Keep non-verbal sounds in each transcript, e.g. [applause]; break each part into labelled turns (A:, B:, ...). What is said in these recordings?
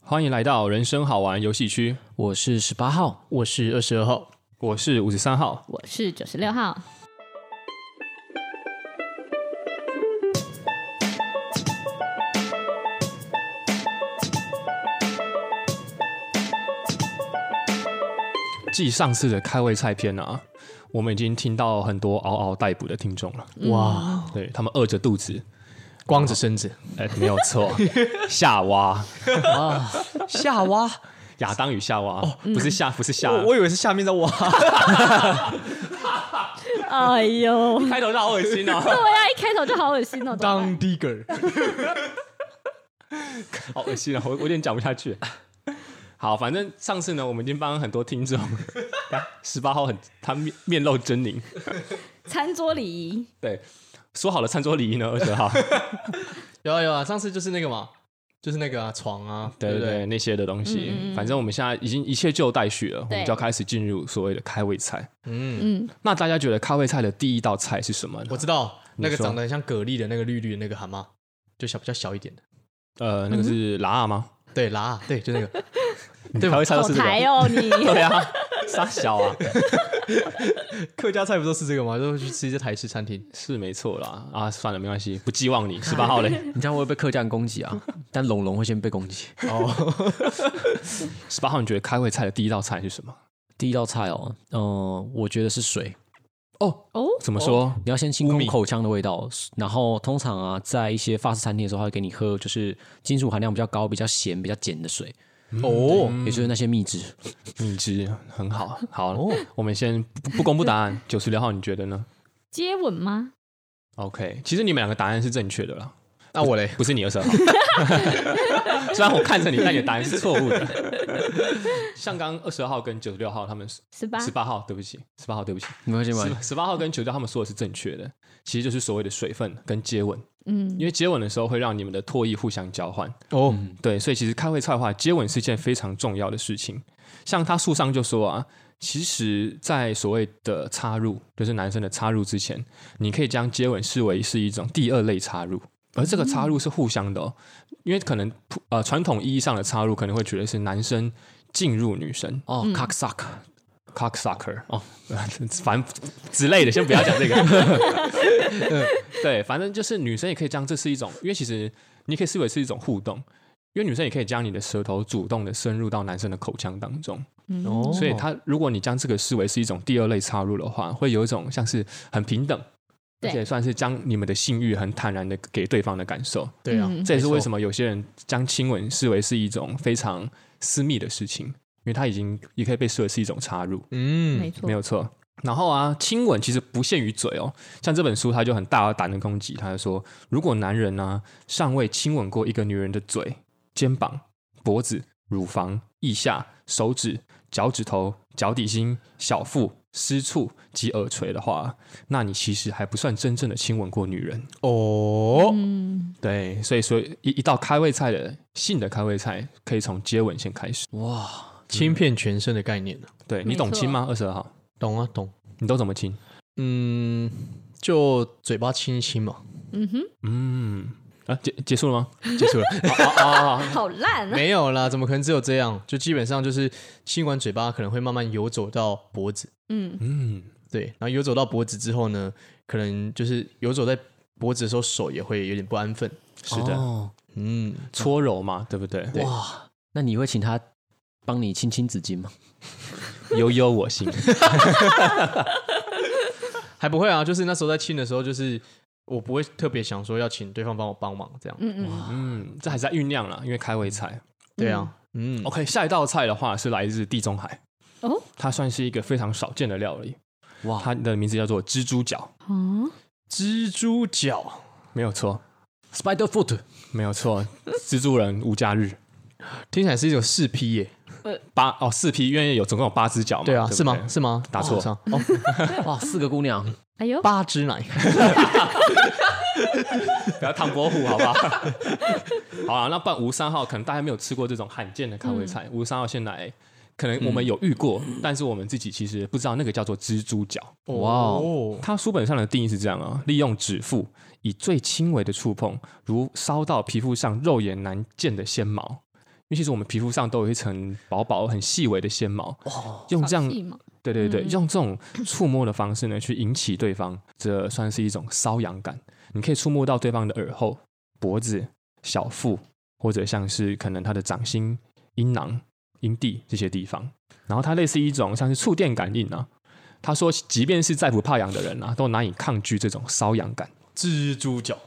A: 欢迎来到人生好玩游戏区，
B: 我是十八号，
C: 我是二十二号，
A: 我是五十三号。
D: 我是九十六号，
A: 继上次的开胃菜篇啊，我们已经听到很多嗷嗷待哺的听众了，
C: 哇，
A: 对他们饿着肚子，
C: 光着身子，
A: 哎，没有错，夏娃，
B: 夏娃，
A: 亚当与夏娃，不是夏，不是夏，
C: 我以为是下面在挖，
D: 哎呦，
A: 开头就好恶心哦，
D: 对呀，一开头就好恶心哦，怎么办
C: digger，
A: [laughs] 好恶心哦，我我有点讲不下去。好，反正上次呢，我们已经帮很多听众，十八号很他面面露狰狞，
D: 餐桌礼仪，
A: 对，说好了餐桌礼仪呢，二
C: [laughs]
A: 十号，
C: [laughs] 有啊有啊，上次就是那个嘛，就是那个啊床啊，
A: 对
C: 不
A: 对
C: 对
A: 对，？那些的东西，
D: 嗯
A: 反正我们现在已经一切就待续了，我们就要开始进入所谓的开胃菜。
C: 嗯，
D: 嗯，
A: 那大家觉得开胃菜的第一道菜是什么呢？
C: 我知道那个
A: 你说
C: 长得很像蛤蜊的那个绿绿的那个蛤蟆，就小比较小一点的，
A: 呃，那个
D: 嗯
A: 是拉阿吗？
C: 对啦，对，就那
A: [laughs]
C: 个，
A: 你
C: 对吧
A: 开胃菜都
D: 好
A: 是这个？
D: 台哦你，
A: [laughs] 对啊，傻小啊，
C: 客家菜不都是这个吗？都去吃一些台式餐厅，
A: 是没错啦。啊，算了，没关系，不寄望你。十八号嘞，
B: 你这样会不会被客家人攻击啊？但龙龙会先被攻击。
A: 十八号，你觉得开胃菜的第一道菜是什么？
B: 第一道菜哦，嗯、我觉得是水。
A: 哦，
D: 哦，
A: 怎么说？
B: 你要先清
A: 乌
B: 空
A: 米
B: 口腔的味道，然后通常啊，在一些法式餐厅的时候，他会给你喝就是金属含量比较高、比较咸、比较碱的水，
C: 哦，
B: 也就是那些蜜汁。
A: 米汁很
C: [laughs]
A: 好，好，
C: 哦
A: 我们先不不公布答案。九十六号，你觉得呢
D: 接吻吗？
A: ？OK，其实你们两个答案是正确的啦。
C: 那我嘞，
A: 不是你二十号。 [laughs] 虽然我看着你，但你的答案是错误 [laughs] 的。像刚二十二号跟九十六号他们十
D: 十八，
A: 八号，对不起，十八号，对不起，
B: 你会先吗？
A: 十十八号跟九十六他们说的是正确的，其实就是所谓的水分跟接吻，
D: 嗯，
A: 因为接吻的时候会让你们的唾液互相交换。
C: 哦，
A: 对，所以其实开胃菜的话，接吻是一件非常重要的事情。像他书上就说啊，其实，在所谓的插入，就是男生的插入之前，你可以将接吻视为是一种第二类插入，而这个插入是互相的、哦，因为可能普呃传统意义上的插入可能会觉得是男生进入女生
B: 哦、c o c k suck，
A: cocksucker 哦，反之类的，先不要讲这个。 [laughs] 对，反正就是女生也可以将这是一种，因为其实你可以视为是一种互动，因为女生也可以将你的舌头主动的深入到男生的口腔当中，
D: 嗯
C: 哦
A: 所以她如果你将这个视为是一种第二类插入的话，会有一种像是很平等。而
D: 对
A: 且算是将你们的性欲很坦然的给对方的感受，
C: 对啊，
D: 嗯
A: 这也是
C: 没错
A: 为什么有些人将亲吻视为是一种非常私密的事情，因为它已经也可以被视为是一种插入。
C: 嗯，
D: 没错，
A: 没有错。然后啊，亲吻其实不限于嘴哦，像这本书他就很大胆的攻击，他就说，如果男人呢、尚未亲吻过一个女人的嘴、肩膀、脖子、乳房、腋下、手指、脚趾头、脚底心、小腹、私处及耳垂的话，那你其实还不算真正的亲吻过女人。
C: 哦，
D: 嗯，
A: 对，所以说一一道开胃菜的性的开胃菜，可以从接吻先开始。
B: 哇，
C: 欺骗全身的概念呢，
A: 对你
D: 没
A: 懂亲
D: 错
A: 吗？二十二号，
C: 懂啊懂，
A: 你都怎么亲？
C: 嗯，就嘴巴亲一亲嘛，
A: 嗯，啊，结结束了吗？
C: 结束了。
D: 好
C: [laughs]
D: 烂啊，
C: 没有啦，怎么可能只有这样？就基本上就是亲完嘴巴可能会慢慢游走到脖子，
D: 嗯，
A: 嗯。
C: 对，然后游走到脖子之后呢，可能就是游走在脖子的时候手也会有点不安分，
A: 是的，
B: 哦
C: 嗯，
A: 搓揉嘛，对不对？
B: 哇，那你会请他帮你亲亲纸巾吗？
A: 悠悠我心，
C: 还不会啊，就是那时候在亲的时候，就是我不会特别想说要请对方帮我帮忙这样，
D: 嗯嗯，
A: [laughs] 嗯，这还在酝酿啦，因为开胃菜。
C: 对啊，嗯，
A: OK，下一道菜的话是来自地中海，
D: 哦，
A: 它算是一个非常少见的料理，
B: 哇，
A: 它的名字叫做蜘蛛脚，
D: 哦，
C: 蜘蛛脚
A: 没有错，
B: Spider Foot，
A: 没有错，蜘蛛人无假日。
C: 听起来是一种四批耶，
A: 八哦四批，因为有总共有八只脚嘛，
C: 对
A: 不
C: 啊，
A: 对
C: 是吗？是吗？
A: 打错
C: 哦是啊哦，
B: 哇，四个姑娘，
D: 哎呦，
C: 八只奶，
A: 不要唐伯虎，好不 [laughs] 好？好啊，那办吴三号，可能大家没有吃过这种罕见的开胃菜。吴三号先来，可能我们有遇过，但是我们自己其实不知道那个叫做蜘蛛脚。
B: 哇哦
C: 哦，
A: 它书本上的定义是这样啊、利用指腹以最轻微的触碰，如烧到皮肤上肉眼难见的纤毛，因为其实我们皮肤上都有一层薄薄很细微的纤毛，用这样
D: 小气嘛
A: 对对对，
D: 嗯
A: 用这种触摸的方式呢，去引起对方，这算是一种瘙痒感。你可以触摸到对方的耳后、脖子、小腹，或者像是可能他的掌心、阴囊、阴蒂这些地方。然后它类似一种像是触电感应啊。他说，即便是再不怕痒的人啊，都难以抗拒这种瘙痒感。
C: [laughs] 蜘蛛脚，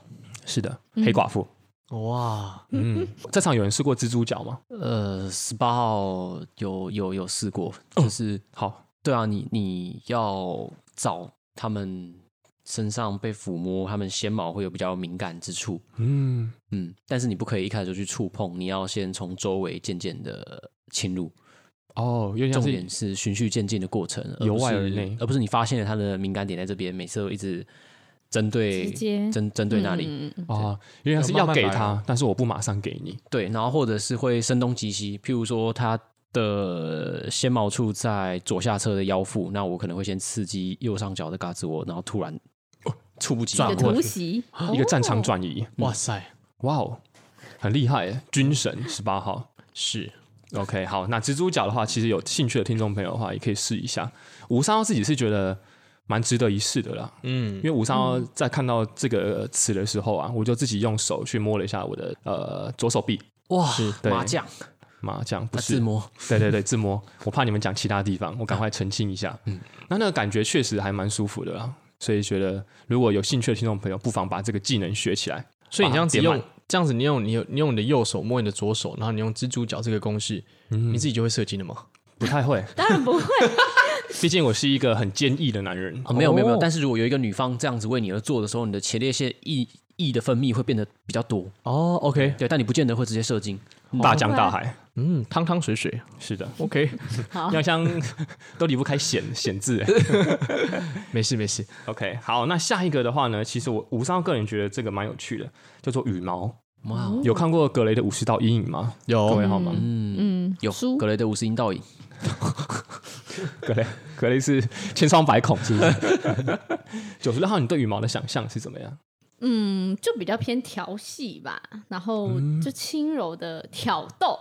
A: 是的，
D: 嗯
A: 黑寡妇。
C: 哇，
A: 嗯，这场有人试过蜘蛛脚吗？
B: 呃，十八号有有有试过，
C: 哦
B: 就是、
A: 好，
B: 对啊，你你要找他们身上被抚摸，他们纤毛会有比较敏感之处，
A: 嗯，
B: 嗯，但是你不可以一开始就去触碰，你要先从周围渐渐的侵入，
A: 哦，有点像
B: 重
A: 是
B: 点是循序渐进的过程，
A: 由
B: 不
A: 外而
B: 是
A: 内
B: 而不是你发现了他的敏感点在这边，每次都一直针对
D: 直接
B: 针针对那里，
D: 嗯嗯嗯
A: 哦，有点像是要
C: 慢慢
A: 给
C: 来
A: 他
C: 啊，
A: 但是我不马上给你。
B: 对，然后或者是会声东击西，譬如说他的纤毛处在左下侧的腰腹，那我可能会先刺激右上角的胳肢窝，然后突然猝不及
C: 转
D: 一个
B: 防，
C: 过
D: 突
C: 去
D: 袭，
A: [laughs] 一个战场
D: 哦
A: 转移。
C: 哇塞，
A: 哇哦，很厉害耶，军神十八号。
C: 是
A: OK，好，那蜘蛛脚的话，其实有兴趣的听众朋友的话，也可以试一下。五三幺自己是觉得蛮值得一试的啦，
C: 嗯
A: 因为五三幺在看到这个词的时候啊，我就自己用手去摸了一下我的呃左手臂，
B: 哇，
A: 对
B: 麻将
A: 麻将不
B: 啊
A: 是
B: 自摸，
A: [laughs]
B: 啊
A: 对对对，自摸。我怕你们讲其他地方，我赶快澄清一下。嗯，那那个感觉确实还蛮舒服的啦，所以觉得如果有兴趣的听众朋友，不妨把这个技能学起来。
C: 所以你这样子
A: 把它点
C: 用，这样子你用你有你用你的右手摸你的左手，然后你用蜘蛛脚这个公式，你自己就会射精了吗？
A: 不太会，
D: 哦当然不会，
A: 毕竟我是一个很坚毅的男人。
B: 哦没有没有没有，
C: 哦
B: 但是如果有一个女方这样子为你而做的时候，你的前列腺液液的分泌会变得比较多，
C: 哦，OK，
B: 对，但你不见得会直接射精，
A: 大江大海，
C: 嗯，汤汤水水
A: 是的， [laughs]
C: ，OK，
D: 好，
A: 药箱都离不开险险字。欸
C: 没事没事，
A: OK，好，那下一个的话呢，其实我吴三个人觉得这个蛮有趣的，叫做羽毛。
B: 哇，哦
A: 有看过格雷的五十道阴影吗？各位
C: 有
A: 好吗？
D: 嗯，
B: 有
D: 书
B: 格雷的五十音倒影，
A: 格雷，格雷是千疮百孔，是不是？ [laughs] 九十六号，你对羽毛的想象是怎么样？
D: 嗯，就比较偏调戏吧，然后
A: 嗯
D: 就轻柔的挑逗，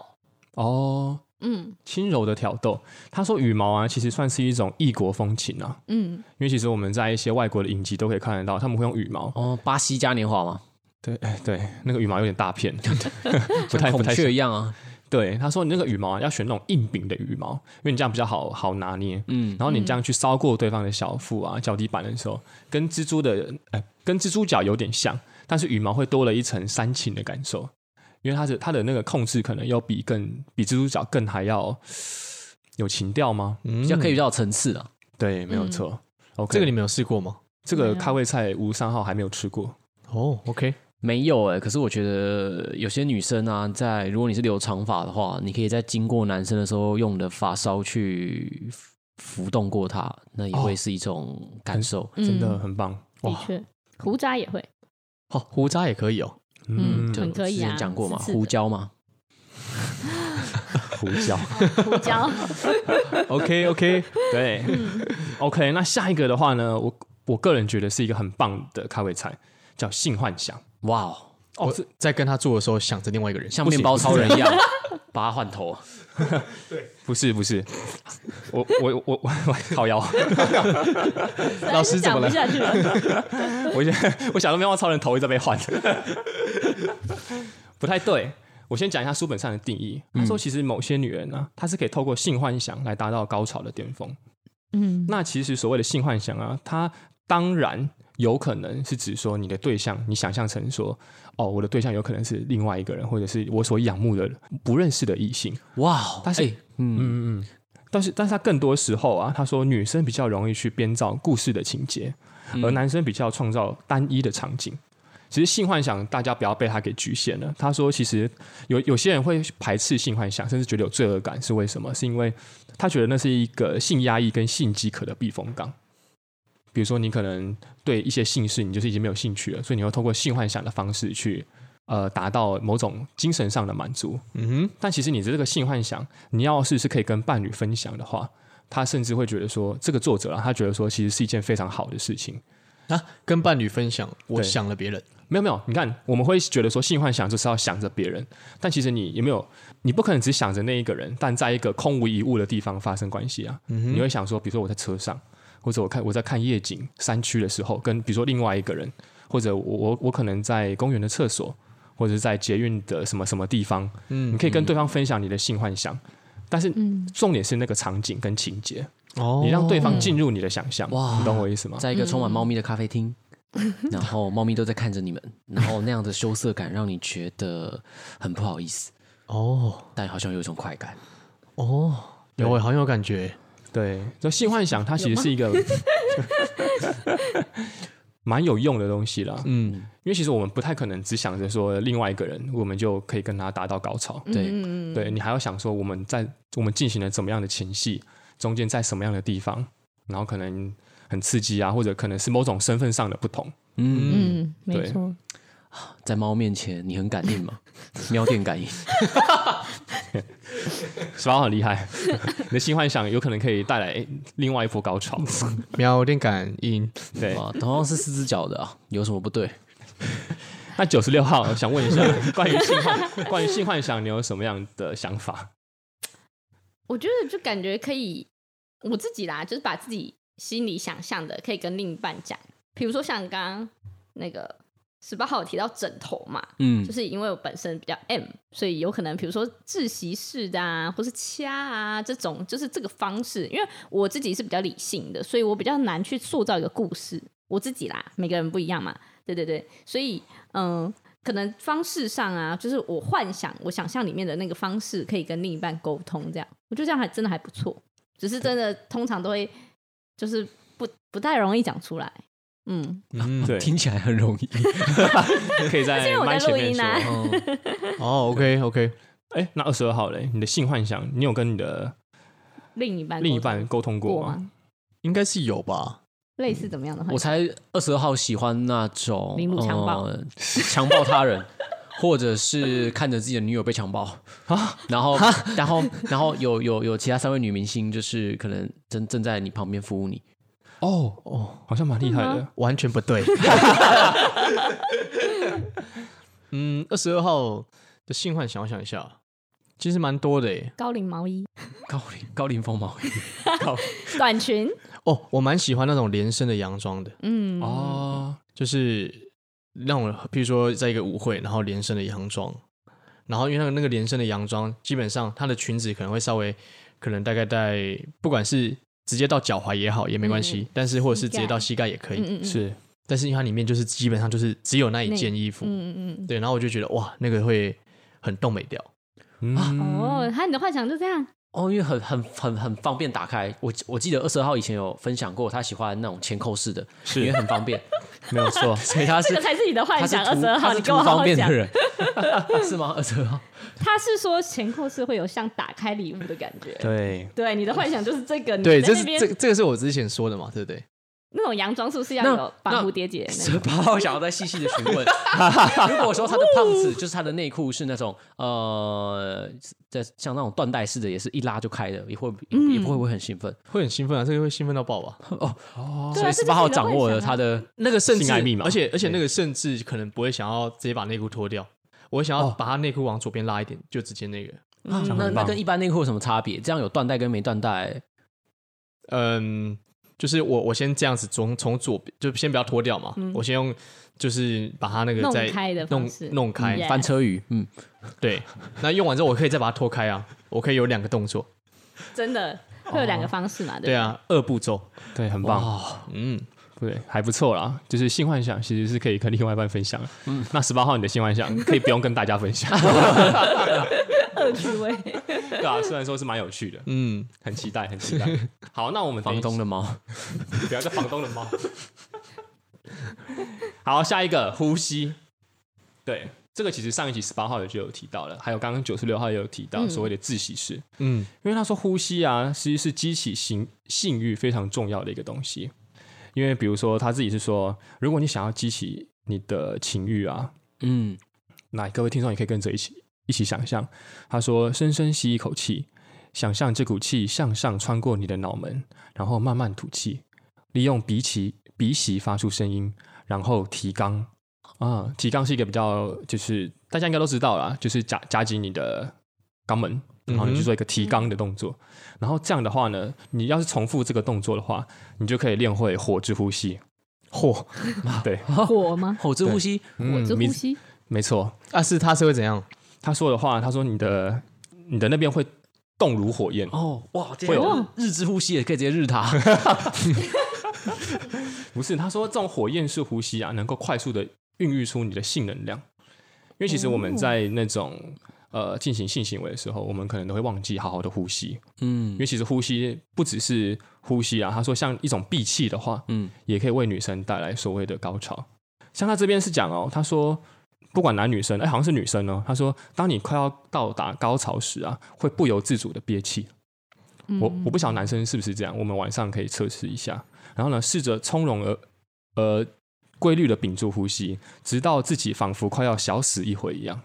A: 哦，
D: 嗯
A: 轻柔的挑逗。他说羽毛啊，其实算是一种异国风情啊，
D: 嗯，
A: 因为其实我们在一些外国的影集都可以看得到，他们会用羽毛。
B: 哦，巴西嘉年华 [laughs] 嘛，
A: 对，哎，对，那个羽毛有点大片， [laughs] 不太
B: 像
A: 不
B: 孔
A: 太
B: 雀一样啊，
A: 对，他说你那个羽毛啊，要选那种硬柄的羽毛，因为你这样比较好好拿捏。
B: 嗯
A: 然后你这样去烧过对方的小腹啊、脚底板的时候，跟蜘蛛的呃，跟蜘蛛脚有点像，但是羽毛会多了一层煽情的感受，因为它的它的那个控制可能要比更比蜘蛛脚更还要嘶有情调吗？嗯
B: 比较可以比较有层次啊，
A: 对，没有错。OK，
C: 嗯这个你们有试过吗？
A: 这个开胃菜吴三号还没有吃过，
C: 哦，OK，
B: 没有哎、可是我觉得有些女生啊，在如果你是留长发的话，你可以在经过男生的时候，用你的发梢去浮动过它，那也会是一种感受。
A: 真的
D: 嗯
A: 很棒。
D: 的确，胡渣 [laughs] 也会，
C: 好，胡渣也可以哦，
D: 嗯
B: 就
D: 很可以啊
B: 之前讲过嘛，
D: 刺刺的
B: 胡椒嘛，
A: 胡椒。
D: 哦胡椒，
C: OK OK，
A: [laughs] 对、o k 那下一个的话呢，我我个人觉得是一个很棒的开胃菜，叫性幻想。
B: 哇哦，
A: 哦
C: 我在跟他做的时候想着另外一个人，
B: 像
A: 不行
B: 面包超人一样， [laughs] 把它换头。
A: 不是不是， [laughs] 我我我我我靠腰， [laughs]
C: 老师怎么了
D: 实在是讲不下去了？
A: 我现在我想到面包超人头一直被换， [laughs] 不太对。我先讲一下书本上的定义，他说其实某些女人呢、她是可以透过性幻想来达到高潮的巅峰。
D: [laughs]
A: [laughs]
D: 嗯，
A: 那其实所谓的性幻想啊，它当然有可能是指说你的对象，你想象成说，哦，我的对象有可能是另外一个人，或者是我所仰慕的不认识的异性。
B: 哇哦，
A: 但是
B: 哎嗯，
A: 嗯嗯嗯。但是，但是他更多时候啊，他说女生比较容易去编造故事的情节，
B: 嗯
A: 而男生比较创造单一的场景。其实性幻想，大家不要被他给局限了。他说，其实有有些人会排斥性幻想，甚至觉得有罪恶感，是为什么？是因为他觉得那是一个性压抑跟性饥渴的避风港。比如说，你可能对一些性事，你就是已经没有兴趣了，所以你会通过性幻想的方式去呃达到某种精神上的满足。
C: [laughs] 嗯
A: 但其实你的这个性幻想，你要是是可以跟伴侣分享的话，他甚至会觉得说，这个作者啊，他觉得说，其实是一件非常好的事情。
C: 啊，跟伴侣分享，我
A: 对
C: 想了别人，
A: 没有没有，你看我们会觉得说性幻想就是要想着别人，但其实你有没有，你不可能只想着那一个人，但在一个空无一物的地方发生关系啊。
C: 嗯
A: 你会想说，比如说我在车上，或者我看我在看夜景山区的时候，跟比如说另外一个人，或者我我我可能在公园的厕所，或者是在捷运的什么什么地方，你可以跟对方分享你的性幻想，但是重点是那个场景跟情节，
C: 哦
A: 你让对方进入你的想象，
B: 哇
A: 你懂我意思吗？
B: 在一个充满猫咪的咖啡厅，然后猫咪都在看着你们，然后那样的羞涩感让你觉得很不好意思，
C: 哦
B: 但好像有一种快感。
C: 哦，有欸，好像有感觉欸，
A: 对，就性幻想它其实是一个 [laughs] 蛮有用的东西啦。嗯，因为其实我们不太可能只想着说另外一个人，我们就可以跟他达到高潮。
D: 嗯
B: 对，
A: 对你还要想说我们在我们进行了怎么样的前戏，中间在什么样的地方，然后可能很刺激啊，或者可能是某种身份上的不同。 [laughs]
B: 嗯，
D: 嗯，没
A: 对
D: 错，
B: 在猫面前你很感应吗？喵电感应，
A: 十八很厉害， [laughs] 你的性幻想有可能可以带来另外一波高潮。
C: 喵，有点感应，
A: 对，
B: 哇，同样是四只脚的啊，有什么不对？
A: 那九十六号想问一下， [laughs] 关于性幻关于性幻想，你有什么样的想法？
D: 我觉得就感觉可以，我自己啦，就是把自己心里想象的可以跟另一半讲，比如说像刚刚那个十八号有提到枕头嘛，
B: 嗯
D: 就，是因为我本身比较 M，所以有可能比如说窒息式的啊，或是掐啊这种，就是这个方式。因为我自己是比较理性的，所以我比较难去塑造一个故事。我自己啦，每个人不一样嘛，对对对，所以嗯、可能方式上啊，就是我幻想我想象里面的那个方式，可以跟另一半沟通，这样我觉得这样还真的还不错。只是真的通常都会就是不不太容易讲出来，嗯，
C: 嗯，
A: 对，
B: 听起来很容易。
A: 可以
D: [laughs]
A: 在
D: 因为我
A: 麦
D: 在
A: 前
D: 录
A: 面
D: 音
A: 说。
D: 啊
A: 哎、
B: [laughs]
C: 哦，OK OK，
A: 那二十二号嘞，你的性幻想，你有跟你的
D: 另一半
A: 另一
D: 沟通
A: 半沟通过
D: 过
A: 吗？嗯
D: 吗？
C: 应该是有吧？
D: 类似怎么样的话
B: 我才二十二号喜欢那种
D: 凌辱强暴
B: 呃强暴他人， [laughs] 或者是看着自己的女友被强暴啊，然后然后然后有有有其他三位女明星，就是可能正正在你旁边服务你，
A: 哦哦，好像蛮厉害的。
C: 完全不对。 [laughs] 嗯，二十二号的性幻想，我想一下，其实蛮多的耶。
D: 高领毛衣、
B: 高龄高龄
D: [laughs]
B: 风毛衣
D: 短裙，
C: 哦，我蛮喜欢那种连身的洋装的，
D: 嗯，
A: 哦，
C: 就是让我，譬如说在一个舞会，然后连身的洋装，然后因为那个那个连身的洋装，基本上她的裙子可能会稍微，可能大概在不管是直接到脚踝也好，也没关系，但是或者是直接到膝盖也可以，
D: 嗯嗯嗯嗯
A: 是
C: 但是因为它里面就是基本上就是只有那一
D: 那
C: 件衣服，
D: 嗯嗯
C: 对，然后我就觉得哇，那个会很动美调。
D: 嗯，
A: 嗯，
D: 哦，他你的幻想就这样，
B: 哦，因为很很很很方便打开。我我记得二十二号以前有分享过，他喜欢那种前扣式的，
A: 是
B: 因为很方便，
A: [laughs] 没有错。
B: [laughs] 所以他
D: 这
B: 是
D: 个才是你的幻
B: 他是
D: 想。
B: 图
D: 二十二号，
B: 他是
D: 你
B: 图
D: 跟我好
B: 方
D: 好
B: 便
D: 讲
B: 的。人 [laughs] 是吗？二十二号
D: 他是说前扣是会有像打开礼物的感
B: [laughs]
D: 觉，
A: 对，
D: 对，你的幻想就是这个。你
C: 对，
D: 在
C: 这
D: 那
C: 是
D: 边
C: 这这个是我之前说的嘛，对不对？
D: 那种洋装是不是要
B: 那
D: 有绑
B: 那
D: 蝴蝶结的那种？
B: 十八号想要再细细的询问，如果说他的胖子就是他的内裤是那种呃，在像那种缎带式的，也是一拉就开的，也会也不会不会很兴奋。
C: 会很兴奋啊，这个会兴奋到爆吧？
D: 对
B: 所
D: 啊
B: 以十八号掌握了他
D: 的，
B: 的
C: 那个甚至
A: 性爱密码
C: 而且而且那个甚至可能不会想要直接把内裤脱掉，我想要把他内裤往左边拉一点，就直接那个，
B: 啊
A: 想
B: 那
A: 很
B: 那
A: 棒
B: 跟一般内裤有什么差别？这样有缎带跟没缎带
C: 嗯，就是我我先这样子从从左边就先不要脱掉嘛，我先用就是把它那个
D: 嗯弄
C: 再
D: 开的方
C: 弄
D: 式
C: 弄开，
D: Yeah
B: 翻车鱼？嗯，
C: 对，那用完之后我可以再把它脱开啊，我可以有两个动作，
D: 那真的会有两个方式嘛？
C: 对
D: 吧，
C: 啊，二步骤，
A: 对，很棒。
C: 嗯，
A: 对，还不错啦。就是性幻想其实是可以跟另外一半分享。嗯，那十八号你的性幻想可以不用跟大家分享， [laughs]
D: 恶趣味。
A: 对啊，虽然说是蛮有趣的，
C: 嗯，
A: 很期待，很
B: [laughs]
A: 期待。好，那我们等一
B: 房东的猫，
A: 不要叫房东的猫。 [laughs] 好，下一个呼吸。对，这个其实上一集十八号也就有提到了，还有刚刚九十六号也有提到所谓的自习室。
C: 嗯，
A: 因为他说呼吸啊，其实是激起性性欲非常重要的一个东西。因为比如说他自己是说，如果你想要激起你的情欲啊，
B: 嗯，
A: 那各位听众也可以跟着一起一起想象。他说：“深深吸一口气，想象这股气向上穿过你的脑门，然后慢慢吐气，利用鼻息鼻息发出声音，然后提肛啊，提肛是一个比较就是大家应该都知道啦，就是夹夹紧你的肛门，然后你去做一个提肛的动作。然后这样的话呢，你要是重复这个动作的话，你就可以练会火之呼吸。
C: 嚯
A: 对，
D: 火吗？
B: 吼之呼吸，
A: 嗯
D: 这呼吸
A: 没错。
C: 啊，是他是会怎样？
A: 他说的话，他说你的你的那边会动如火焰，
B: 哦，哇，这
A: 会
D: 有
B: 日之呼吸也可以直接日他，
A: 不是，他说这种火焰式呼吸啊，能够快速的孕育出你的性能量。因为其实我们在那种、呃进行性行为的时候，我们可能都会忘记好好的呼吸。
B: 嗯
A: 因为其实呼吸不只是呼吸啊，他说像一种闭气的话，
B: 嗯，
A: 也可以为女生带来所谓的高潮。像他这边是讲哦，他说不管男女生，哎、好像是女生哦，他说当你快要到达高潮时啊，会不由自主的憋气。
D: 嗯
A: 我我不晓得男生是不是这样，我们晚上可以测试一下。然后呢，试着从容而呃规律的屏住呼吸，直到自己仿佛快要小死一回一样。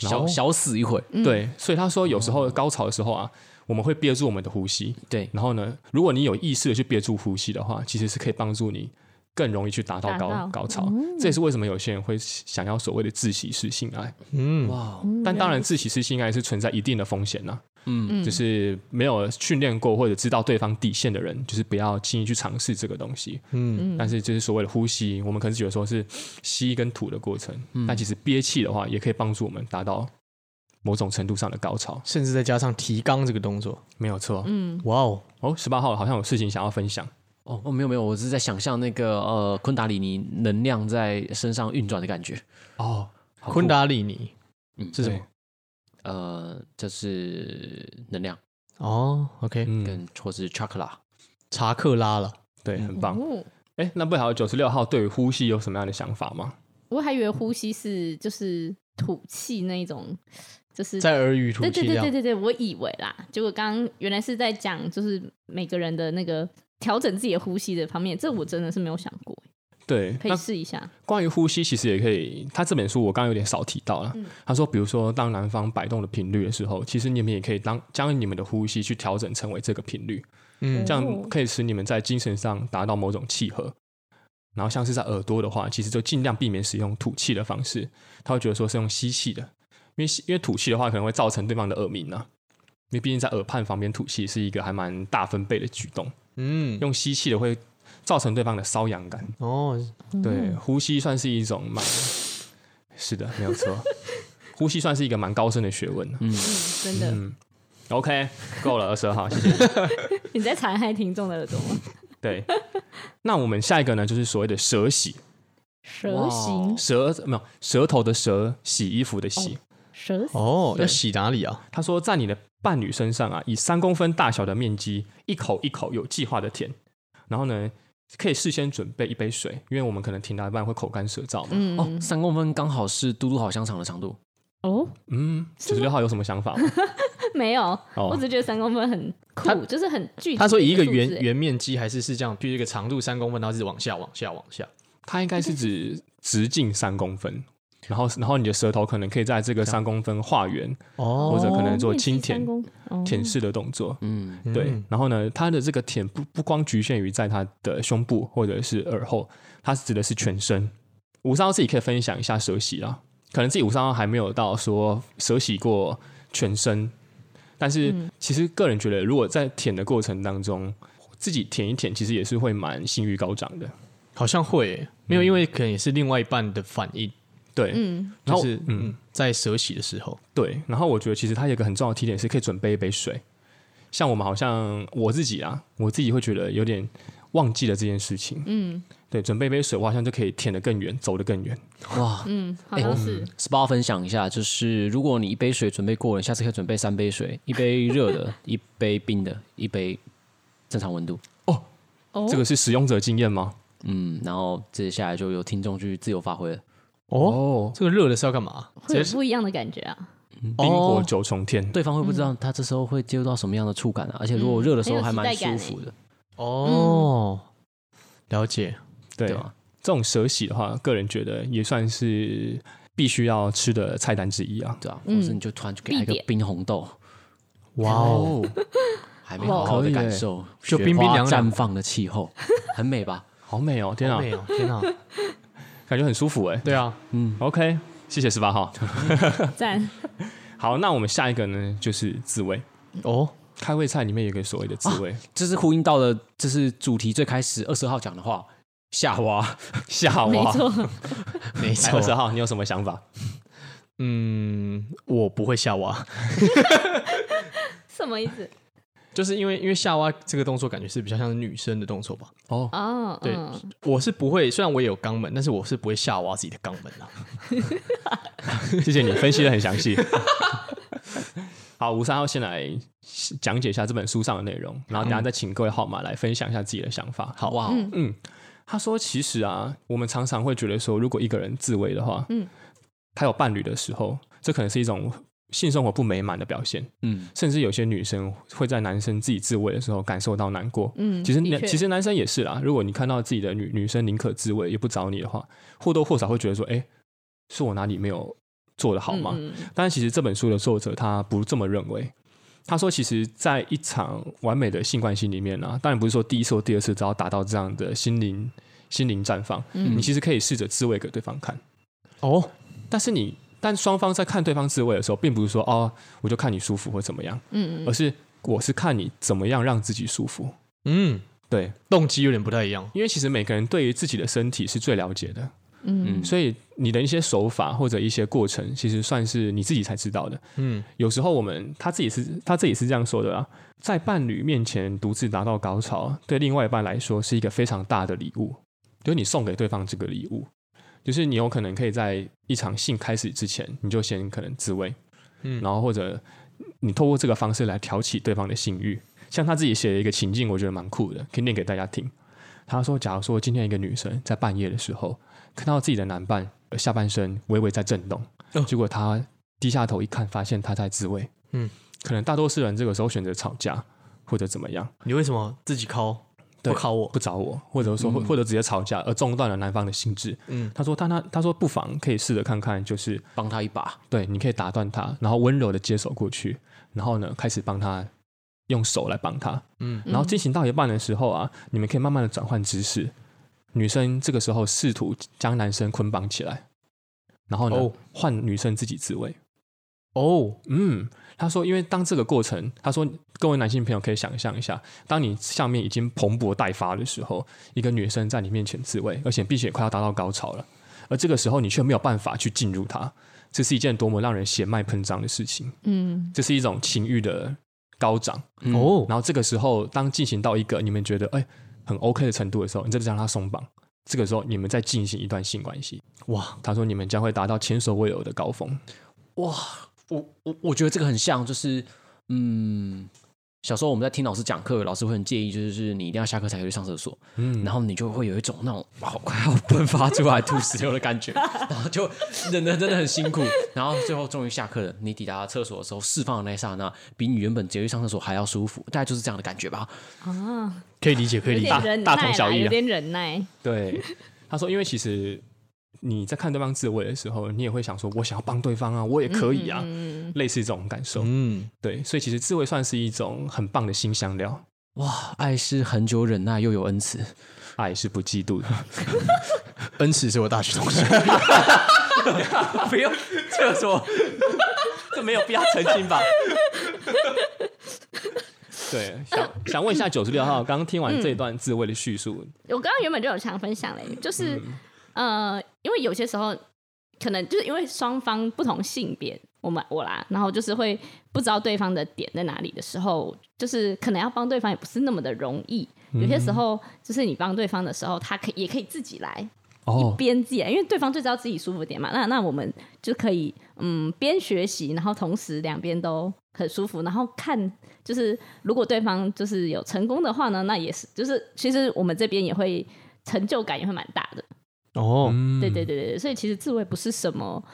A: 然
B: 小
A: 后
B: 小死一会，
D: 嗯
A: 对，所以他说有时候高潮的时候啊，我们会憋住我们的呼吸。
B: 对，
A: 然后呢，如果你有意识的去憋住呼吸的话，其实是可以帮助你更容易去达到
D: 达
A: 高
D: 到
A: 高潮。这也是为什么有些人会想要所谓的自喜式性爱。
C: 嗯，
B: 哇，
A: 但当然，
D: 嗯
A: 自喜式性爱是存在一定的风险呐、
B: 嗯，
D: 嗯
A: 就是没有训练过或者知道对方底线的人，就是不要轻易去尝试这个东西。
C: 嗯
D: 嗯
A: 但是就是所谓的呼吸，我们可能觉得说是吸跟吐的过程，但其实憋气的话，也可以帮助我们达到某种程度上的高潮。
C: 甚至再加上提肛这个动作，
A: 没有错。
D: 嗯
C: 哇哦，
A: 哦，十八号好像有事情想要分享。
B: 哦哦，没有没有，我只是在想象那个呃昆达里尼能量在身上运转的感觉。
A: 哦，
C: 昆达里尼
B: 嗯
C: 是什么
A: 对？
B: 呃，就是能量
C: 哦，OK，
A: 嗯，
B: 跟或是 chakra，
C: 查克拉了，
A: 对，很棒。
D: 哦
A: 哎，那不好，九十六号对于呼吸有什么样的想法吗？
D: 我还以为呼吸是就是吐气那一种，就是
C: 在耳语吐
D: 对
C: 气
D: 对
C: 这
D: 对
C: 样
D: 对，对对，我以为啦，结果刚刚原来是在讲就是每个人的那个调整自己的呼吸的方面，这我真的是没有想过，
A: 对，
D: 可以
A: 那
D: 试一下。
A: 关于呼吸，其实也可以。他这本书我刚刚有点少提到了。他说，比如说当南方摆动的频率的时候，其实你们也可以当将你们的呼吸去调整成为这个频率，
C: 嗯
A: 这
D: 哦
A: 样可以使你们在精神上达到某种契合。然后像是在耳朵的话，其实就尽量避免使用吐气的方式，他会觉得说是用吸气的，因为吸因为吐气的话可能会造成对方的耳鸣啊，因为毕竟在耳畔旁边吐气是一个还蛮大分贝的举动。
C: 嗯，
A: 用吸气的会造成对方的瘙痒感。
C: 哦，
A: 对，呼吸算是一种蛮， [sighs] 是的，没有错，呼吸算是一个蛮高深的学问。嗯
D: 真的，
A: ，OK，够了，二十二号，谢谢你。
D: 你在残害听众的耳朵吗？
A: 对，那我们下一个呢，就是所谓的蛇洗，
D: 蛇
C: 哦
D: 形
A: 蛇没有舌头的蛇，洗衣服的洗。
D: 蛇形
C: 哦，要洗哪里啊？
A: 他说，在你的伴侣身上啊，以三公分大小的面积，一口一口有计划的舔，然后呢，可以事先准备一杯水，因为我们可能停到一半会口干舌燥嘛。
D: 嗯
B: 哦，三公分刚好是嘟嘟好香肠的长度。
D: 哦，
A: 嗯，九十六号有什么想法吗？
D: 没有，
A: 哦
D: 我只觉得三公分很
C: 他
D: 酷，就是很具体的数字。欸
C: 他说以一个圆圆面积还是是这样，譬如一个长度三公分，然后是往下往下往下，
A: 它应该是指直径三公分，然后然后你的舌头可能可以在这个三公分画圆
C: 哦
A: 或者可能做
D: 面积
A: 轻
D: 三
A: 舔
D: 公哦
A: 舔舐的动作。
B: 嗯，
A: 对
C: 嗯，
A: 然后呢，它的这个舔不不光局限于在它的胸部或者是耳后，它指的是全身。五三幺自己可以分享一下舌洗啦，可能自己五三幺还没有到说舌洗过全身，但是其实个人觉得，如果在舔的过程当中，自己舔一舔，其实也是会蛮性欲高涨的。
C: 好像会耶，没有，因为可能也是另外一半的反应，
A: 对，
D: 嗯，
A: 然
C: 就
A: 后
C: 是嗯，在蛇洗的时候，
A: 对，然后我觉得其实它有一个很重要的提点是可以准备一杯水。像我们好像我自己啊，我自己会觉得有点忘记了这件事情。嗯，对，准备一杯水，我好像就可以舔得更远，走得更远。
B: 哇
D: 嗯，好
C: 哎
D: 像是
B: ，SPA 分享一下，就是如果你一杯水准备过了，你下次可以准备三杯水，一杯热的，一杯冰的，一杯正常温度。
D: 哦，
A: 这个是使用者经验吗？
B: 嗯，然后接下来就由听众去自由发挥了。
C: 哦，
A: 哦，
C: 这个热的是要干嘛？
D: 会有
C: 直接
D: 不一样的感觉啊，
A: 冰火
B: 哦
A: 九重天。
B: 对方会不知道他这时候会接触到什么样的触感啊，而且如
D: 嗯
B: 果热的时
D: 很
B: 候
D: 有
B: 还
D: 期
B: 蛮
D: 待感
B: 舒
D: 欸
B: 服的，
C: 哦，了解，
A: 对
B: 对吧？
A: 这种蛇洗的话，个人觉得也算是必须要吃的菜单之一啊。
B: 对啊，或者你就突然就给他一个
D: 嗯必点
B: 冰红豆，
C: 哇哦，，
B: 还没好好的感受，
C: 就
B: 雪
C: 冰冰
B: 花
C: 凉凉
B: 绽放的气候，很美吧？
A: 好美哦，天
C: 好
A: 啊，
C: 美哦， [laughs] 天哪！
A: 感觉很舒服哎。
C: 对啊，
A: OK，谢谢十八号。
D: 赞。
A: 好，那我们下一个呢，就是自慰。
C: 哦，
A: 开胃菜里面有一个所谓的自慰，
B: 这是呼应到了，这是主题最开始二十号讲的话，夏娃，
A: 夏
D: 没
A: 娃。
D: 错，
C: [laughs]
D: [laughs]
C: 没
A: 哎
C: 错
A: 二，十号，你有什么想法？
C: 嗯，我不会夏娃，
D: 什么意思？
C: 就是因为因为夏娃这个动作感觉是比较像是女生的动作吧。
D: 哦，
C: 对
D: 嗯
C: 我是不会，虽然我也有肛门，但是我是不会夏娃自己的肛门啊啦。
A: 谢谢你分析的很详细。 [laughs] 好，吴三号先来讲解一下这本书上的内容，然后等一下再请各位号码来分享一下自己的想法。
B: 好哇，哦
D: 嗯
A: 他说：“其实啊，我们常常会觉得说，如果一个人自慰的话，嗯
D: 嗯，
A: 他有伴侣的时候，这可能是一种性生活不美满的表现，
B: 嗯，
A: 甚至有些女生会在男生自己自慰的时候感受到难过。
D: 嗯，
A: 其实
D: 的
A: 男
D: 确
A: 其实男生也是啦，如果你看到自己的女女生宁可自慰也不找你的话，或多或少会觉得说，哎，是我哪里没有做的好吗？
D: 嗯嗯
A: 但是其实这本书的作者他不这么认为。他说，其实，在一场完美的性关系里面呢、啊，当然不是说第一次或第二次只要达到这样的心灵心灵绽放，
D: 嗯
A: 你其实可以试着自慰给对方看。
C: 哦，
A: 但是你，但双方在看对方自慰的时候，并不是说哦，我就看你舒服或怎么样，
D: 嗯
A: 而是我是看你怎么样让自己舒服。
C: 嗯，
A: 对，
C: 动机有点不太一样。
A: 因为其实每个人对于自己的身体是最了解的，
D: 嗯
A: 所以你的一些手法或者一些过程，其实算是你自己才知道的。
C: 嗯，
A: 有时候我们他自己是他自己是这样说的啦，在伴侣面前独自达到高潮，对另外一半来说是一个非常大的礼物，就是你送给对方这个礼物，就是你有可能可以在一场性开始之前，你就先可能自慰，嗯，
C: 嗯
A: 然后或者你透过这个方式来挑起对方的性欲。像他自己写的一个情境，我觉得蛮酷的，可以念给大家听。他说，假如说今天一个女生在半夜的时候看到自己的男伴呃下半身微微在震动，
C: 哦
A: 结果她低下头一看，发现他在自慰。嗯
C: 嗯，
A: 可能大多数人这个时候选择吵架或者怎么样，
C: 你为什么自己敲
A: 对
C: 不敲我？
A: 不找我，或者说、或者直接吵架，而中断了男方的兴致。嗯
C: 嗯，
A: 他说，但他他说不妨可以试着看看，就是
B: 帮他一把，
A: 对，你可以打断他，然后温柔的接手过去，然后呢开始帮他用手来帮他，
C: 嗯，
A: 然后进行到一半的时候啊，你们可以慢慢的转换姿势。女生这个时候试图将男生捆绑起来，然后呢、
C: 哦
A: 换女生自己自慰。
C: 哦，
A: 嗯，他说，因为当这个过程，他说，各位男性朋友可以想象一下，当你下面已经蓬勃待发的时候，一个女生在你面前自慰，而且并且快要达到高潮了，而这个时候你却没有办法去进入它，这是一件多么让人血脉喷张的事情，
D: 嗯，
A: 这是一种情欲的高涨。
C: 哦，
A: 然后这个时候，当进行到一个你们觉得哎很 OK 的程度的时候，你再让它松绑，这个时候你们再进行一段性关系，
C: 哇，
A: 他说你们将会达到前所未有的高峰。
B: 我我我觉得这个很像，就是嗯，小时候我们在听老师讲课，老师会很介意，就是你一定要下课才可以去上厕所，
A: 嗯，
B: 然后你就会有一种那种好快要喷发出来吐石榴的感觉，然后就忍的真的很辛苦，然后最后终于下课了，你抵达厕所的时候释放的那一刹那，比你原本直接去上厕所还要舒服，大概就是这样的感觉吧。
D: 啊，
C: 可以理解，可以
D: 有
C: 理
D: 点
C: 解。
D: 忍
A: 大
D: 耐
A: 大同小
D: 啦，
A: 异啊
D: 有点忍耐，
A: 对，他说，因为其实你在看对方自慰的时候，你也会想说，我想要帮对方啊，我也可以啊，
D: 嗯，
A: 类似这种感受。
C: 嗯，
A: 对，所以其实自慰算是一种很棒的新香料，
B: 哇，爱是很久忍耐又有恩慈，
A: 爱是不嫉妒的。 [laughs] 哎
C: 恩慈是我大学同学。
B: 不用厕所，
A: 这没有必要澄清吧？对，想想问一下九十六号，刚刚听完这一段自慰的叙述，
D: 我刚刚原本就有想分享嘞，就是、
A: 嗯
D: 呃，因为有些时候可能就是因为双方不同性别，我们我啦，然后就是会不知道对方的点在哪里的时候，就是可能要帮对方也不是那么的容易。有些时
A: 嗯
D: 候就是你帮对方的时候，他可也可以自己来，
A: 哦，
D: 边界，因为对方最知道自己舒服的点嘛。那那我们就可以嗯边学习，然后同时两边都很舒服，然后看就是如果对方就是有成功的话呢，那也是就是其实我们这边也会成就感也会蛮大的。
C: 哦，
A: 嗯
D: 对对对对对，所以其实自慰不是什么，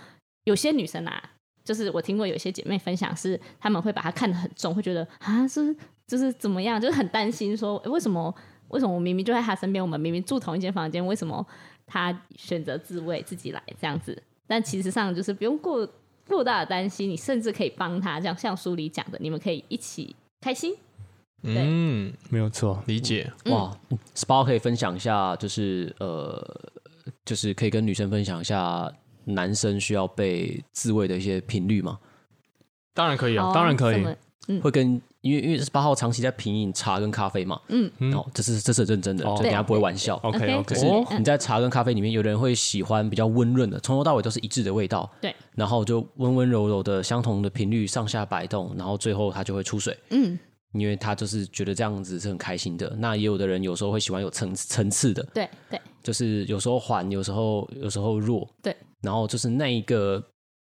D: 有些女生啊，就是我听过有些姐妹分享是，她们会把它看得很重，会觉得啊，是就是怎么样，就是很担心说，诶为什么为什么我明明就在她身边，我们明明住同一间房间，为什么她选择自慰自己来这样子？但其实上就是不用过过大的担心，你甚至可以帮她，这样像书里讲的，你们可以一起开心。
C: 嗯，
A: 没有错。
C: 理解。
B: 哇，SPA 可以分享一下，就是呃，就是可以跟女生分享一下男生需要被自慰的一些频率嘛？
C: 当然可以啊，
D: 哦
A: 当然可以
D: 怎么
B: 会跟因为因为八号长期在品饮茶跟咖啡嘛，嗯，哦，这是这是很认真的，
A: 哦
B: 就等一下不会玩笑。
A: OK
D: OK，
A: OK，
D: 嗯
A: 哦
D: 可
B: 就是是你在茶跟咖啡里面，有的人会喜欢比较温润的，从头到尾都是一致的味道，
D: 对，
B: 然后就温温柔柔的相同的频率上下摆动，然后最后它就会出水，
D: 嗯，
B: 因为他就是觉得这样子是很开心的。那也有的人有时候会喜欢有层层次的，
D: 对对
B: 就是有时候缓，有时候有时候弱，
D: 对，
B: 然后就是那一个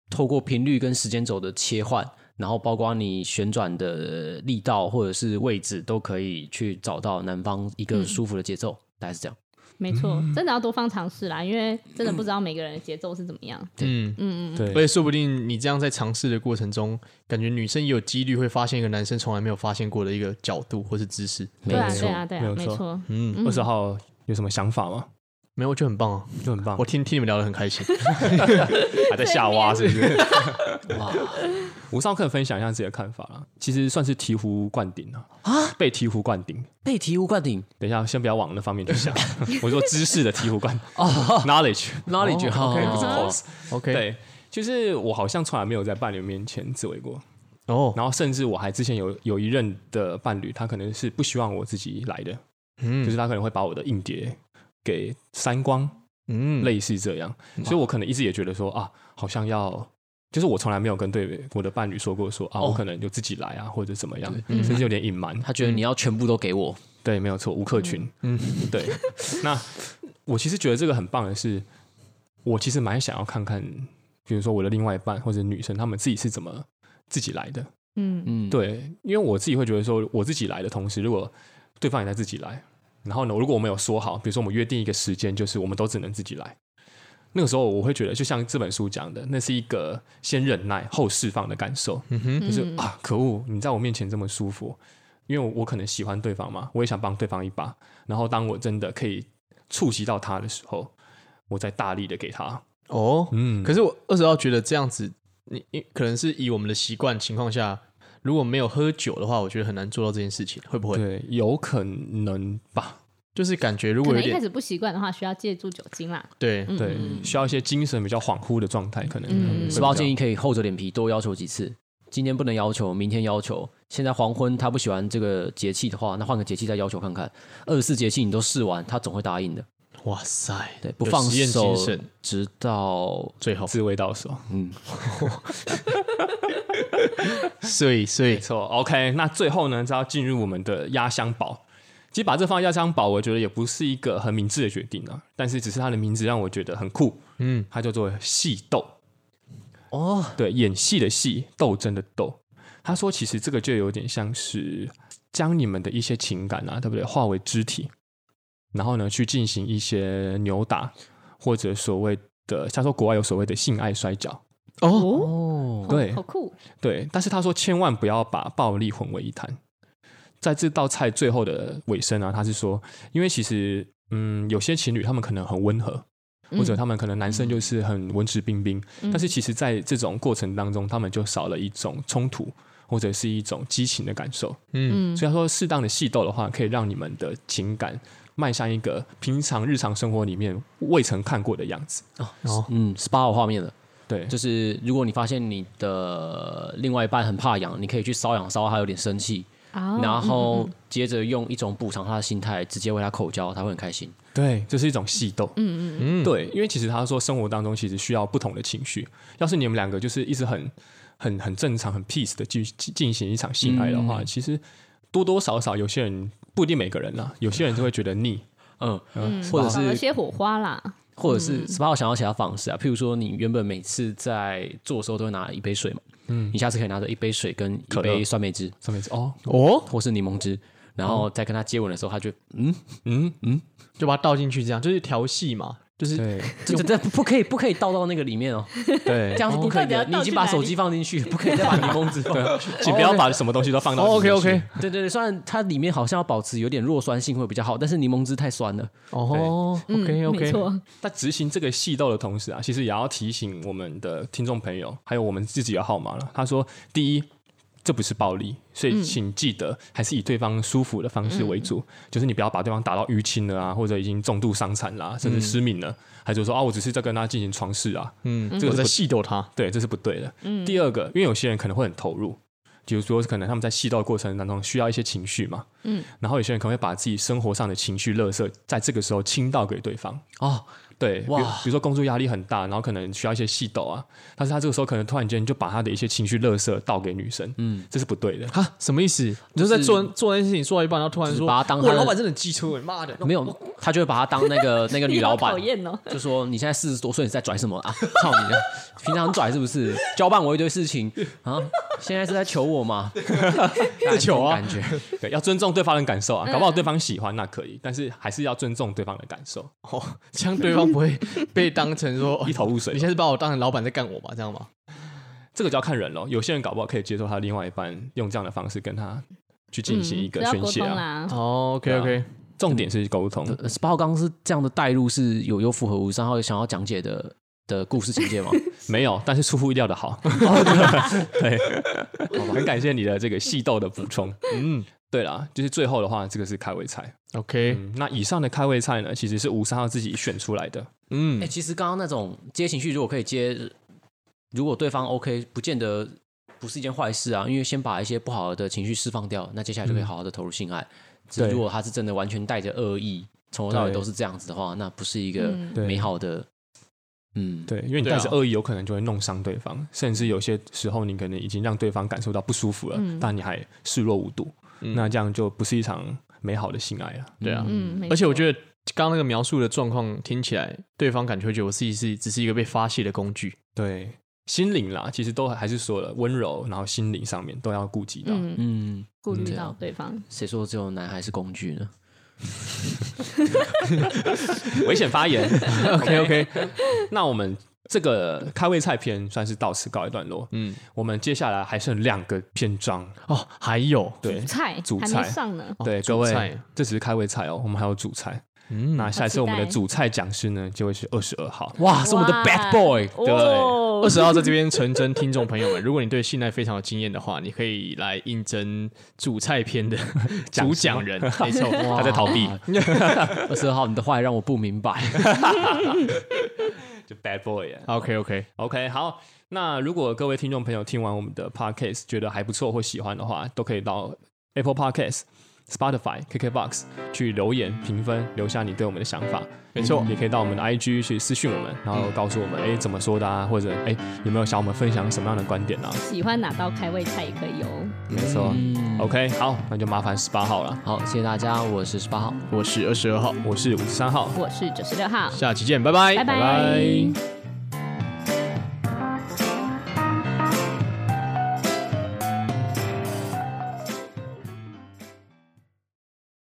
B: 透过频率跟时间轴的切换，然后包括你旋转的力道或者是位置，都可以去找到男方一个舒服的节奏，大概是这样。
D: 没错，
A: 嗯
D: 真的要多方尝试啦，因为真的不知道每个人的节奏是怎么样。
C: 嗯，而
A: 对
C: 且说不定你这样在尝试的过程中，感觉女生也有几率会发现一个男生从来没有发现过的一个角度或是姿势。
B: 没
D: 对啊，
B: 错
D: 对啊，对
A: 没有
D: 啊，没
A: 错
D: 错。
C: 嗯，
A: 二十号有什么想法吗？
C: 没有，我觉得很棒啊，
A: 就很棒
C: 我，听听你们聊得很开心。
A: [laughs] 还在下挖是不是？
B: 哇，
A: 吴少可以分享一下自己的看法啦，其实算是醍醐灌顶啊，被醍醐灌顶。
B: 被醍醐灌顶
A: 等一下，先不要往那方面去想，我说知识的醍醐灌，knowledge
B: knowledge，哦
A: OK，
B: 哦
A: 不是 pose，
C: OK，，
A: 对，就是我好像从来没有在伴侣面前自慰过，
C: 哦，
A: 然后甚至我还之前有有一任的伴侣，他可能是不希望我自己来的，
C: 嗯，
A: 就是他可能会把我的硬碟给删光，
C: 嗯，
A: 类似这样，所以我可能一直也觉得说啊，好像要。就是我从来没有跟对我的伴侣说过说啊，我可能就自己来啊，或者怎么样，甚至有点隐瞒。
B: 他觉得你要全部都给我，
A: 对，没有错，吴克群。嗯，对。 [laughs] 那我其实觉得这个很棒的是，我其实蛮想要看看，比如说我的另外一半或者女生，她们自己是怎么自己来的。
D: 嗯，
B: 嗯，，
A: 对，因为我自己会觉得说，我自己来的同时，如果对方也在自己来，然后呢，如果我们有说好，比如说我们约定一个时间，就是我们都只能自己来。那个时候我会觉得，就像这本书讲的，那是一个先忍耐后释放的感受。
C: 嗯
A: 就是
D: 嗯
A: 啊，可恶，你在我面前这么舒服，因为我我可能喜欢对方嘛，我也想帮对方一把。然后当我真的可以触及到他的时候，我再大力的给他。
C: 哦，
A: 嗯，
C: 可是我二十号觉得这样子，你你可能是以我们的习惯情况下，如果没有喝酒的话，我觉得很难做到这件事情，会不会？
A: 对，有可能吧。
C: 就是感觉如
D: 可
C: 果有
D: 能一开
C: 点
D: 始不习惯的话，需要借助酒精啦。
C: 对，
A: 对，需要一些精神比较恍惚的状态，可能。
D: 嗯
B: 十八
A: 建
B: 建
A: 议
B: 议可以厚着脸皮多要求几次。今天不能要求，明天要求。现在黄昏他不喜欢这个节气的话，那换个节气再要求看看。二十四节气你都试完，他总会答应的。
C: 哇塞，
B: 对，不
C: 有
B: 放
C: 实验
B: 手
C: 精神，
B: 直到
C: 最后，
A: 自慰到手，
C: 所以所以
A: 没错。OK，那最后呢，就要进入我们的压箱宝。其实把这放在压箱宝，我觉得也不是一个很明智的决定啊。但是只是它的名字让我觉得很酷，嗯，它叫做戏斗。
B: 哦，
A: 对，演戏的戏，斗争的斗。他说，其实这个就有点像是将你们的一些情感啊，对不对，化为肢体，然后呢，去进行一些扭打，或者所谓的，他说国外有所谓的性爱摔跤，
C: 哦，
D: 哦，好
A: 对
D: 好酷。
A: 对。但是他说，千万不要把暴力混为一谈。在这道菜最后的尾声啊，他是说，因为其实，嗯，有些情侣他们可能很温和，
D: 嗯
A: 或者他们可能男生就是很文质彬彬，但是其实在这种过程当中，他们就少了一种冲突或者是一种激情的感受。
D: 嗯
A: 所以他说，适当的戏斗的话，可以让你们的情感迈向一个平常日常生活里面未曾看过的样子。
B: 嗯，十八有画面了。
A: 对，
B: 就是如果你发现你的另外一半很怕痒，你可以去瘙痒瘙他有点生气，
D: 啊
B: 然后接着用一种补偿他的心态，直接为他口交，他会很开心。
A: 对，这是一种戏斗。嗯嗯嗯，对，因为其实他说生活当中其实需要不同的情绪。要是你们两个就是一直很很很正常、很 peace 的进进行一场性爱的话，其实多多少少有些人不一定每个人啦，有些人就会觉得腻。
B: 嗯，或者
D: 少了
B: 是
D: 些火花啦。
B: 或者是 SPA 有想到其他方式啊，譬如说你原本每次在做的时候都会拿一杯水嘛，嗯，你下次可以拿着一杯水跟一
A: 可乐
B: 杯酸梅汁
A: 上面哦，
C: 哦，
B: 或是柠檬汁，然后在跟他接吻的时候，他就嗯，
C: 就把它倒进去，这样就是调戏嘛，就
A: [laughs]
C: 是
A: 对，
B: 这这这不可以不可以倒到那个里面哦，
A: 对
C: [laughs]
B: 这样是不可以
D: 到
B: 的，
D: 底要
B: 你已经把手机放进去，不可以再把柠檬汁放进去。
A: 请不要把什么东西都放到
C: 哦，OK
A: 里面去
C: OK，
B: [laughs] 对对对，虽然它里面好像要保持有点弱酸性会比较好，但是柠檬汁太酸了。
C: 哦，OK
D: 嗯没
C: OK，
D: 错，
A: 在执行这个戏斗的同时啊，其实也要提醒我们的听众朋友，还有我们自己的号码了。他说，第一，这不是暴力，所以
D: 嗯
A: 请记得还是以对方舒服的方式为主，就是你不要把对方打到淤青了啊，或者已经重度伤残啦、甚至失明了，还是说啊，我只是在跟他进行床事啊，
C: 嗯，
A: 这个
C: 我
A: 是
C: 在
A: 不
C: 戏逗他，
A: 对，这是不对的。
D: 嗯
A: 第二个，因为有些人可能会很投入，比如说可能他们在戏道过程当中需要一些情绪嘛，
D: 嗯，
A: 然后有些人可能会把自己生活上的情绪垃圾在这个时候倾倒给对方，
B: 哦，
A: 对，
B: 哇
A: 哇，比如说工作压力很大，然后可能需要一些细抖啊，但是他这个时候可能突然间就把他的一些情绪垃圾倒给女生，嗯，这是不对的。
C: 哈，什么意思？你就在做做那件事情做到一半，然后突然
B: 就是
C: 说，
B: 把他当
C: 哇
B: 他的
C: 老板真的很机车，妈的，
B: 没有，他就会把她当那
D: [laughs]
B: 个那个女
D: 哦
B: 老
D: 你好讨
B: 板，
D: 厌哦，
B: 就说你现在四十多岁，你在拽什么啊？ [laughs] 操你！平常很拽是不是？交办我一堆事情啊，现在是在求我
D: [laughs]
B: 吗？
C: 在求啊
B: 感觉
A: 对，要尊重对方的感受啊，搞不好对方喜欢那可以，但是还是要尊重对方的感受。
C: 哦， [laughs] 这样对方不会被当成说 [laughs] 哦
A: 一头雾水
C: 你现在是把我当成老板在干我吧？这样吗？
A: 这个就要看人咯，有些人搞不好可以接受他另外一半用这样的方式跟他去进行一
D: 嗯
A: 个
D: 不要
A: 宣
D: 沟
A: 泄
D: 通
A: 啊。
D: 啦。
C: 哦，OK OK，
A: 重点是沟
C: 嗯
A: 通，
B: 十八号呃刚刚是这样的带入是有有符合五三号想要讲解的的故事情节吗？
A: 没有，但是出乎意料的
C: [laughs]
A: 好。 [laughs] 对，很感谢你的这个细豆的补充。
C: 嗯
A: 对啦，就是最后的话，这个是开胃菜。
C: ，OK，
A: 嗯，那以上的开胃菜呢，其实是吴三号自己选出来的。
C: 嗯
B: 哎、，其实刚刚那种接情绪，如果可以接，如果对方 OK，不见得不是一件坏事啊，因为先把一些不好的情绪释放掉，那接下来就可以好好的投入性爱。只是
A: 嗯对
B: 如果他是真的完全带着恶意，从头到尾
A: 对
B: 都是这样子的话，那不是一个
D: 嗯
A: 对
B: 美好的，嗯，
A: 对，因为你
C: 对啊
A: 带着恶意，有可能就会弄伤对方，甚至有些时候你可能已经让对方感受到不舒服了，
D: 嗯
A: 但你还视若无睹，
C: 嗯
A: 那这样就不是一场美好的性爱了。
C: 对啊，
D: 嗯，没
C: 而且
D: 错
C: 我觉得刚刚那个描述的状况听起来，对方感觉会觉得我自己是只是一个被发泄的工具。
A: 对，心灵啦，其实都还是说了温柔，然后心灵上面都要顾及到。
D: 嗯，
B: 嗯，
D: 顾
B: 对
D: 虑
B: 啊
D: 到对方，
B: 谁说只有男孩是工具呢？
A: [laughs] 危险发
D: [laughs]
A: 言。OK
C: OK，
A: 那我们这个开胃菜篇算是到此告一段落。
C: 嗯，
A: 我们接下来还剩两个篇章，
C: 哦，还有，
A: 对
D: 菜
A: 主
D: 还没
A: 菜
D: 上呢，
C: 哦
A: 对，
C: 主
A: 各位
C: 菜，
A: 这只是开胃菜哦，我们还有主菜。
C: 嗯，
A: 那下一次我们的
D: 期待
A: 主菜讲师呢，就会是二十二号。
B: 哇，啊是我们的
D: 哇
B: bad boy，
A: 对
D: 哦
C: 二十号在这边纯真听众朋友们，如 [laughs] 果你对信赖非常有经验的话，你可以来应征主菜篇的 [laughs]
A: 讲师吗
C: 主讲人，
A: [laughs]
C: 没错，
B: 他
A: 在逃避。
B: [laughs] 二十二号，你的话也让我不明白。
A: 就 bad boy 啊。
C: OK OK，
A: OK，好，那如果各位听众朋友听完我们的 podcast 觉得还不错或喜欢的话，都可以到 Apple Podcast、Spotify、KKBox 去留言评分，留下你对我们的想法。
C: 没错嗯
A: 也可以到我们的 IG 去私讯我们，然后告诉我们哎、诶怎么说的啊，或者哎、诶有没有想我们分享什么样的观点啊？
D: 喜欢哪道开胃菜也可以哦。
C: 嗯
A: 没错。OK，好，那就麻烦十八号了。
B: 好，谢谢大家，我是十八号。
C: 我是二十二号，
A: 我是五十三号，
D: 我是九十六号，
C: 下期见，拜拜，
D: 拜
A: 拜拜